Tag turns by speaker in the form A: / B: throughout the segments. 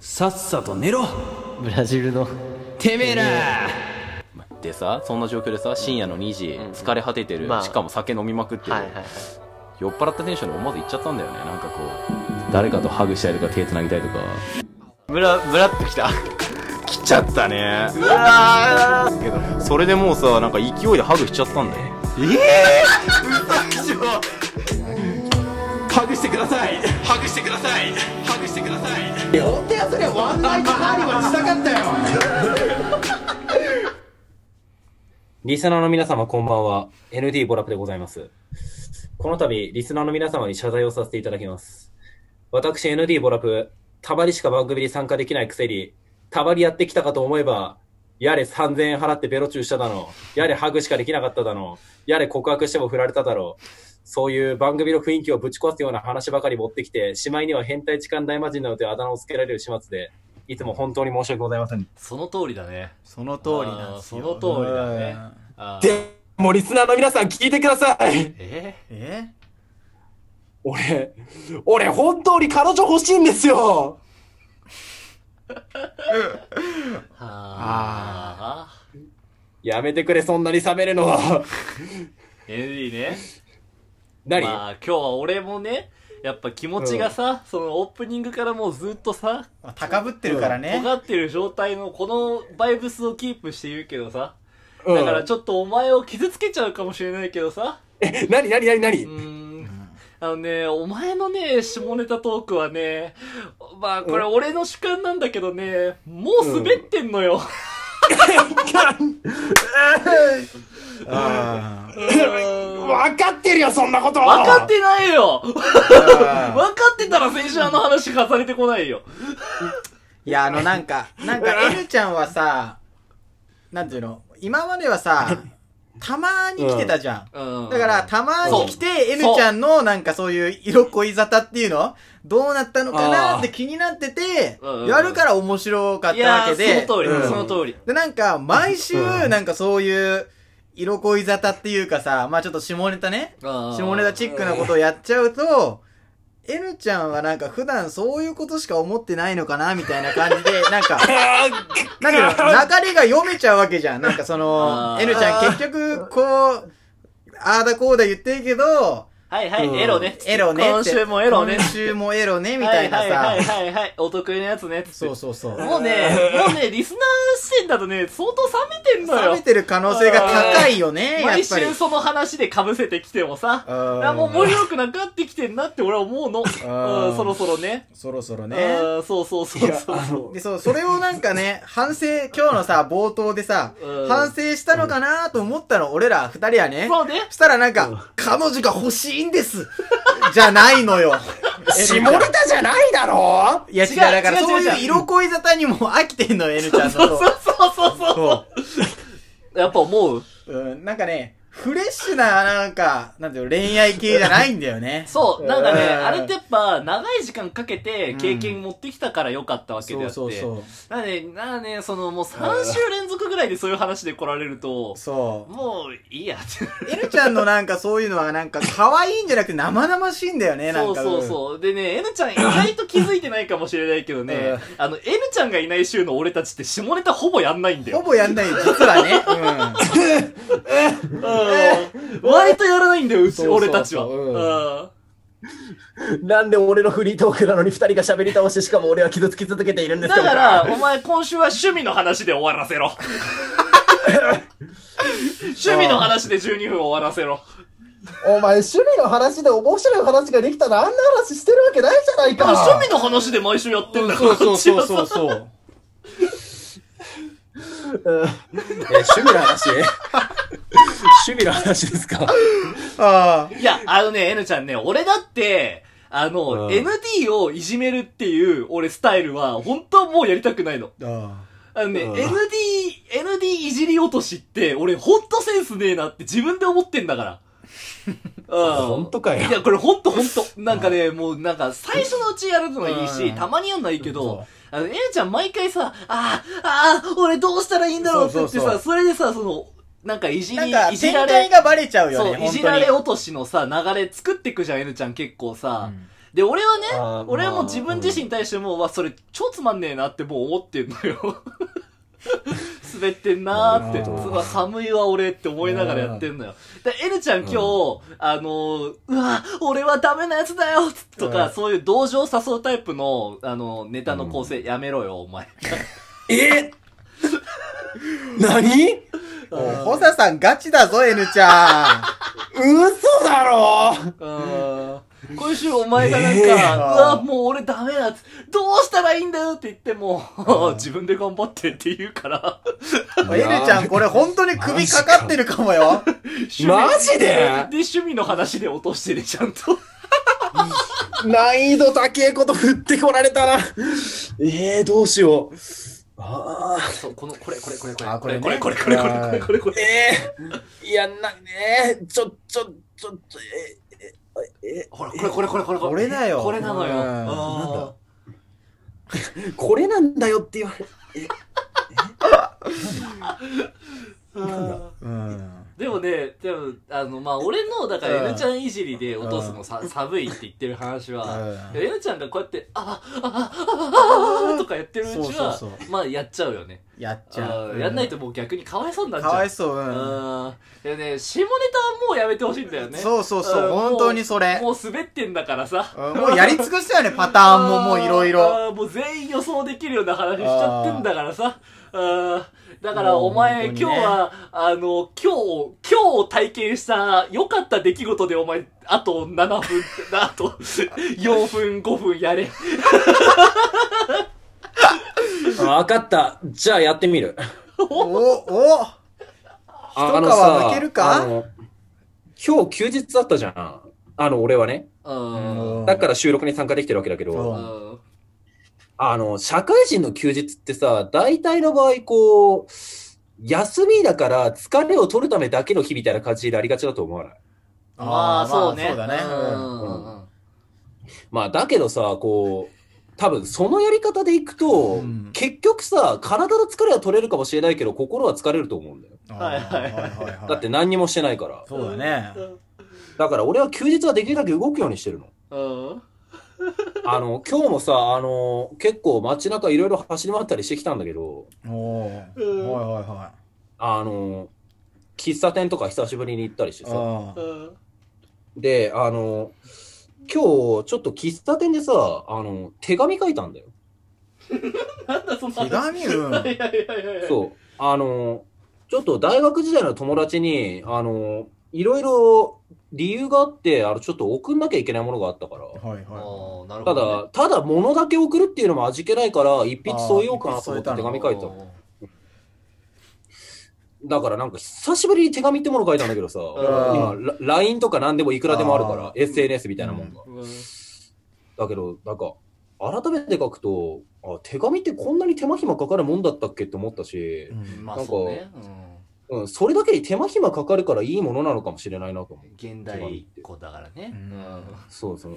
A: さっさと寝ろ
B: ブラジルの
A: てめえら
C: でさそんな状況でさ深夜の2時、
B: うん
C: 疲れ果ててる、
B: まあ
C: しかも酒飲みまくってる、
B: はいはいはい
C: 酔っ払ったテンションで思わず行っちゃったんだよねなんかこう誰かとハグしたいとか手つなぎたいとか
D: ブラブラっときた
C: 来ちゃったね
D: うわー
C: けどそれでもうさなんか勢いでハグしちゃったんだよね
A: ハグしてくださいハグしてくださいハグしてください
E: リスナーの皆様こんばんは。ND ボラップでございます。この度、リスナーの皆様に謝罪をさせていただきます。私 ND ボラップ、たばりしか番組に参加できないくせに、たばりやってきたかと思えば、やれ3000円払ってベロチューしただの、やれハグしかできなかっただの、やれ告白しても振られただろう。そういう番組の雰囲気をぶち壊すような話ばかり持ってきて、しまいには変態痴漢大魔人などというあだ名をつけられる始末で、いつも本当に申し訳ございません。
F: その通りだね
D: その通りなんですよ
F: あーその通りだね
D: うん
F: あー
E: でもうリスナーの皆さん聞いてください
F: え
D: え
E: 俺、俺本当に彼女欲しいんですよ
F: ー、はあ
E: やめてくれ、そんなに冷めるの は。
F: ND ね
E: 何、
F: まあ今日は俺もねやっぱ気持ちがさ、そのオープニングからもうずっとさ
D: まあ高ぶってるからね、
F: 尖ってる状態のこのバイブスをキープして言うけどさ
E: うん
F: だからちょっとお前を傷つけちゃうかもしれないけどさ
E: え、何何何何
F: うーんあのね、お前のね、下ネタトークはね、まあこれ俺の主観なんだけどね、もう滑ってんのよ。
D: あ ー
E: 分かってるよ、そんなこと
F: 分 かってないよ分
D: あ
F: かってたら先週あの話聞かされてこないよ。
D: ーいやあのなんかなんか N ちゃんはさなんていうの今まではさたまに来てたじゃん、
F: うん。
D: だから、、たまに来て、
F: そう
D: N ちゃんの、なんかそういう色恋沙汰っていうのどうなったのかなって気になってて
F: うんうんう、ん
D: やるから面白かっ
F: い
D: た
F: や
D: わ
F: ー
D: けで。
F: その通り、
D: うん
F: その通り。
D: で、なんか、毎週、
E: うん
D: なんかそういう、色恋沙汰っていうかさ、まあちょっと下ネタね。下
F: 下
D: ネタチックなことをやっちゃうと、N ちゃんはなんか普段そういうことしか思ってないのかなみたいな感 じで、なんか、なんか流れが読めちゃうわけじゃん。なんかその
F: あ、ー
D: N ちゃん結局、こう、ああだこうだ言ってるけど、
F: はいはい、
E: うん
F: エロね。
D: エロねって。
F: 今週もエロね。
D: 今週もエロね、みたいな
F: はいはいはい
D: さ。
F: はいはい、お得意なやつね。
D: そうそうそう。
F: もうね、もうね、リスナー視点だとね、相当冷めてんのよ。
D: 冷めてる可能性が高いよね、やっ
F: 毎
D: ぱり
F: 週。その話で被せてきてもさ、
D: うん
F: あもう面白くなくなってきてんなって俺は思うの。
D: ん
F: うんそろそろね。
D: そろそろね。
F: うんそうそうそ
E: いうや、
F: そう。
E: あの
D: で、、そう、それをなん かね、反省、今日のさ、冒頭でさ
F: うん、
D: 反省したのかなと思ったの、俺ら二人はね。
F: そうね。
D: したらなんか、彼女が欲しいんですじゃないのよ。
E: 下ネタじゃないだろ
D: いや、違う、
F: 違う
D: だから
F: 違う
D: そう
F: 違う
D: いう色恋沙汰にも飽きてんの、N ちゃんの。そう
F: そうそうそう
D: そ
F: そう。やっぱ思う
D: う。うん、なんかね、フレッシュな、なんか、なんていうの、恋愛系じゃないんだよね。
F: そう。なんかね、
D: うん
F: あれってやっぱ長い時間かけて経験持ってきたから良かったわけであって。
D: そうそうそう。
F: なんで、なんでね、そのもう3週連続ぐらいでそういう話で来られると、
D: そ
F: もういいやって。
D: う。N ちゃんのなんかそういうのはなんか可愛いんじゃなくて生々しいんだよね、 な
F: そ
D: ん
F: う
D: か。
F: そうそう。でね、N ちゃん意外と気づいてないかもしれないけど
D: う
F: ね
D: ん、
F: あの、N ちゃんがいない週の俺たちって下ネタほぼやんないんだ
D: うん
F: よ。
D: ほぼやんない、実はね。
F: うん 割とやらないんだよ、う
D: そ
F: ち、
D: うそうそう
F: 俺たちは。
D: う
B: なんで俺のフリートークなのに二人が喋り倒してしかも俺は傷つき続けているん
F: う
B: で
F: ん
B: す
F: だ
B: よ
F: から、お前今週は趣味の話で終わらせ ろ。趣味の話で12分終わらせろ。
B: お前趣味の話で面白い話ができたらあんな話してるわけないじゃない
F: でも
B: か
F: 趣味の話で毎週やってんだか
D: そ
F: ら、
D: うそうそうそううそう。
A: え趣味の 話趣味の話ですか
D: あ
F: いや、あのね、N ちゃんね、俺だって、あの、
A: うん
F: ND をいじめるっていう、俺、スタイルは、本当はもうやりたくないの。
D: あ。あ
F: あのね、
A: うん
F: ND、ND いじり落としって、俺、ほんとセンスねえなって自分で思ってんだ から。うん。
A: 本当かよ
F: いや、これほんとほん と。なんかね、もうなんか、最初のうちやるのはいいし
D: う、ん
F: たまにやんないいけ
D: そ
F: ど、あの、N ちゃん毎回さ、あーあー、俺どうしたらいいんだろうって言って
D: そうそ
F: さ、
D: う
F: それでさ、その、なんかいじ
D: あ。なん
F: り
D: か、、
F: い
D: 展
F: じられ
D: 開。がバレちゃうよね、
F: そう、い
D: 本
F: じ
D: 当
F: ら
D: に
F: れ落としのさ、流れ作ってくじゃん、N ちゃん結構さ。で、俺はね
E: あー、
F: 俺はもう
E: まあ
F: 自分自身に対してもう、わ、それ超つまんねえなってもう思ってんの よ。滑ってんなーって。
E: なるほど
F: うわ、寒いわ俺って思いながらやってんのよ。で、N ちゃん今日、あのー、うわ、俺はダメなやつだよとか、
E: うん
F: そういう同情を誘うタイプの、あの、ネタの構成やめろよ、お前。
E: え何
D: おいホサさんガチだぞ、N ちゃ
E: 嘘だろ
F: うん今週お前がなんか、
E: ねえ
F: うわ、もう俺ダメだっつどうしたらいいんだよって言っても、 自分で頑張ってって言うから、
D: ん。おい N ちゃん、これ本当に首かかってるかもよ。
F: 趣味
E: マジで
F: で、趣味の話で落としてね、ちゃんと。
E: 難易度高えこと振ってこられたな。えー、どうしよう。ああ、
F: そう、この、これ、これ、これ、こ
D: あこれ
F: れ、
D: ね
F: これ、これ、これ、これ、これ、これ、これ、
E: えー、いや、な、えー、ちょ、ちょ、ちょ、ちょえ
F: ほら、これ、これ、これ、これ、
D: これだよ
F: これなのよ。
D: うん
F: あ
E: ーこれなんだよって言われ
F: ーあー
D: うん。
F: でもね、でも、あの、まあ、俺の、だから
D: うん
F: N ちゃんいじりで落とすのさ、寒いって言ってる話は、
D: うん
F: N ちゃんがこうやって、あ、あ、あ、あ、あ、とかやってるうちは
D: そうそう、
F: まあ、やっちゃうよね。
D: やっちゃ
F: あ
D: う。
F: ーやんないともう逆にかわいそうにな
D: う
F: っ
D: ん。
F: ち
D: か
F: ゃう。
D: わいそう、うん。
F: うん。でね、下ネタはもうやめてほしいんだよね。
D: そうそうそう
F: うん
D: 本当にそれ
F: もうもう滑ってんだからさ。
D: うんもうやり尽くしたよね、パターンももういろいろ。
F: あー。もう全員予想できるような話しちゃってんだからさ。うんだから
D: もう
F: お前、
D: 本当
F: 今
D: にね
F: 日は、あの、今日、今日を体験した良かった出来事でお前、あと7分、あと4分、5分やれ。
E: た。わかった。じゃあやってみる。
D: お、お
E: あ
D: 一皮むけるか
E: あの今日休日だったじゃん。あの、俺はね。
F: うん。
E: だから収録に参加できてるわけだけ
D: う
E: ど、
F: うん
E: あの、社会人の休日ってさ、大体の場合、こう、休みだから疲れを取るためだけの日みたいな感じでありがちだと思わない
F: まあ、そうね。
D: そうだね。うん
F: うんうんうん
E: まあ、だけどさ、こう、多分そのやり方でいくと、
D: うん
E: 結局さ、体の疲れは取れるかもしれないけど、心は疲れると思うんだよ。
F: はいはいはい
D: はいはい
E: だって何にもしてないから。
D: そうだね。
E: だから俺は休日はできるだけ動くようにしてるの。
F: うん。
E: あの、 今日もさ、あの、結構街中いろいろ走り回ったりしてきたんだけど、
D: おー。
F: うん
D: はいはいはい。
E: あの、喫茶店とか久しぶりに行ったりしてさ。
D: あ
F: うん。
E: で、あの、今日ちょっと喫茶店でさ、あの、手紙書いたんだよ。
F: なんだその
D: 手
F: 話。
D: 紙うん。
F: いやいやいやいや。
E: そう。あの、ちょっと大学時代の友達に、あの、いろいろ理由があって、あの、ちょっと送んなきゃいけないものがあったから。
D: はい
F: あ
D: は
F: ーなる
E: た
F: ほどね。
E: だ、ただ物だけ送るっていうのも味気ないから、一筆添えようかなと思って
D: あー
E: 手
D: 一
E: 紙
D: 筆添
E: 書いたの。だからなんか久しぶりに手紙ってもの書いたんだけどさ、今、ラ LINE とか何でもいくらでもあるか
D: あ
E: ら、SNS みたいなもんが。
F: うん
E: だけど、なんか、改めて書くと、あ、手紙ってこんなに手間暇かかるもんだったっけって思ったし
D: い。う、ん
F: まあそうね。うん
E: うん、それだけに手間暇かかるからいいものなのかもしれないなと思う。
F: 現代子だからね。
D: うん
E: そうそう。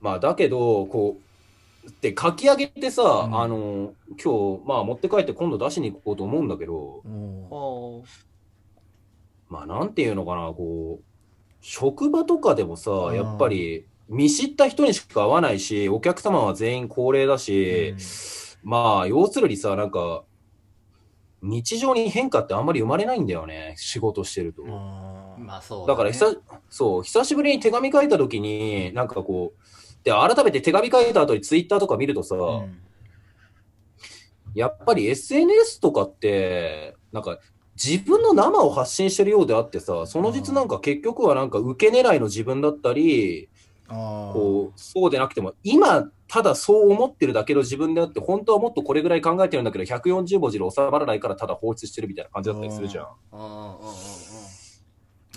E: まあ、だけど、こう、で、書き上げてさ、
D: うん
E: あの、今日、まあ、持って帰って今度出しに行こうと思うんだけど、
D: おー
F: おー
E: まあ、なんていうのかな、こう、職場とかでもさ
D: う、ん
E: やっぱり、見知った人にしか会わないし、お客様は全員高齢だし、まあ、要するにさ、なんか、日常に変化ってあんまり生まれないんだよね、仕事してると。
D: あー
F: まあそう
E: だから
F: ね
E: 久、そう、久しぶりに手紙書いたときに、なんかこう、で、改めて手紙書いた後にツイッターとか見るとさ、
D: うん
E: やっぱり SNS とかって、なんか、自分の生を発信してるようであってさ、その実なんか結局はなんか受け狙いの自分だったり、
D: あー
E: こう、そうでなくても、今、ただそう思ってるだけの自分であって、本当はもっとこれぐらい考えてるんだけど、140文字で収まらないからただ放出してるみたいな感じだったりするじゃん。
F: うんうんうんうん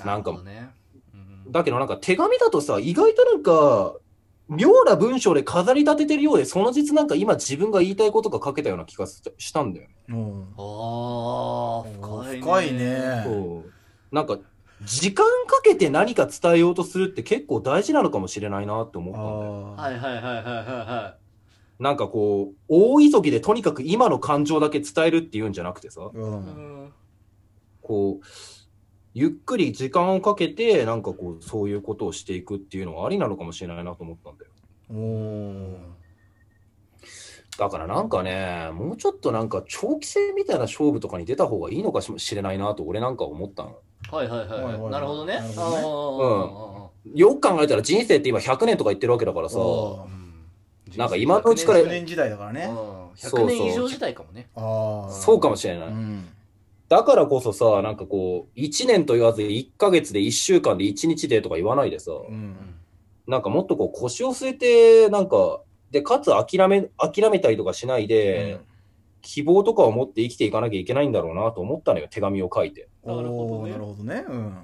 E: なんか
F: るほどねうん
E: だけどなんか手紙だとさ、意外となんか、妙な文章で飾り立ててるようで、その実なんか今自分が言いたいことが書けたような気がしたんだよね。
D: うん
F: あ
D: お
F: あ
D: ー
F: 深
D: 深
F: い
D: い
F: ね
D: ね
E: そう。なんか、時間かけて何か伝えようとするって結構大事なのかもしれないなって思ったんだよ。
D: あ
F: はいはいはいはいはいは
E: なんかこう、大急ぎでとにかく今の感情だけ伝えるっていうんじゃなくてさ、
D: ーう
F: いうんん
E: こう、ゆっくり時間をかけて、なんかこう、そういうことをしていくっていうのはありなのかもしれないなと思ったんだよ。
D: おー
E: だからなんかね、もうちょっとなんか長期戦みたいな勝負とかに出た方がいいのかもしれないなと俺なんか思ったの。
F: はいはいはい。
D: はいはいはい
F: なるほどね。
D: なるほどね
E: よく考えたら人生って今100年とか言ってるわけだからさ、
F: そ
E: なんか今のうちから
D: 10年時代だからね。
E: そうそ
F: 100
E: う
F: 年以上時代かもね。
D: ああ。
E: そうかもしれない。
D: うん。
E: だからこそさ、なんかこう、1年と言わず1ヶ月で1週間で1日でとか言わないでさ、
D: うん。
E: なんかもっとこう腰を据えて、なんか、で、かつ諦め、諦めたりとかしないで、
D: うん
E: 希望とかを持って生きていかなきゃいけないんだろうなと思ったのよ、手紙を書いて。
F: なるほど
D: おー
F: ね
D: なるほどね。うん。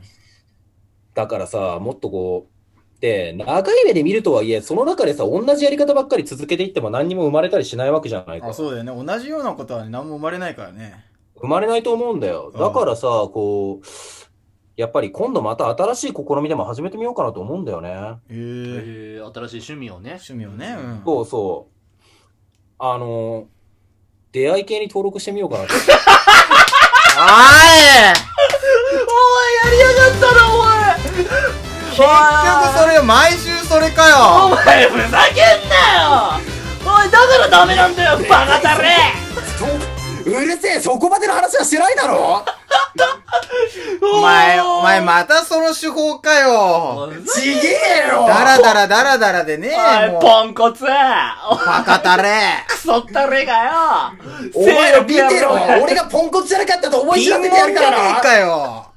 E: だからさ、もっとこう、で、長い目で見るとはいえ、その中でさ、同じやり方ばっかり続けていっても何にも生まれたりしないわけじゃないか
D: あ、。そうだよね。同じようなことはね何も生まれないからね。
E: 生まれないと思うんだよ。だからさ、こう、やっぱり今度また新しい試みでも始めてみようかなと思うんだよね。
D: ええ。
F: えー新しい趣味をね。
D: 趣味をね。うん。
E: そうそう。あの、出会い系に登録してみようかなと。
D: 結局それよ、毎週それかよ。
F: 前ふざけんなよおい、だからダメなんだよ、バカタレ
E: うるせえそこまでの話はしてないだろ
D: お前、お前またその手法かよ。
E: ちげえよ
D: だらだらだらだらでね
F: おい、
D: もう。
F: ポンコツお
D: バカたれ。
F: クソったれがよ
E: 見てろ俺がポンコツじゃなかったと思い知ら
D: 貧
E: せ
D: 乏
E: てやる
D: じ
E: か
D: ゃね
E: ら
D: え
E: な
D: かよ。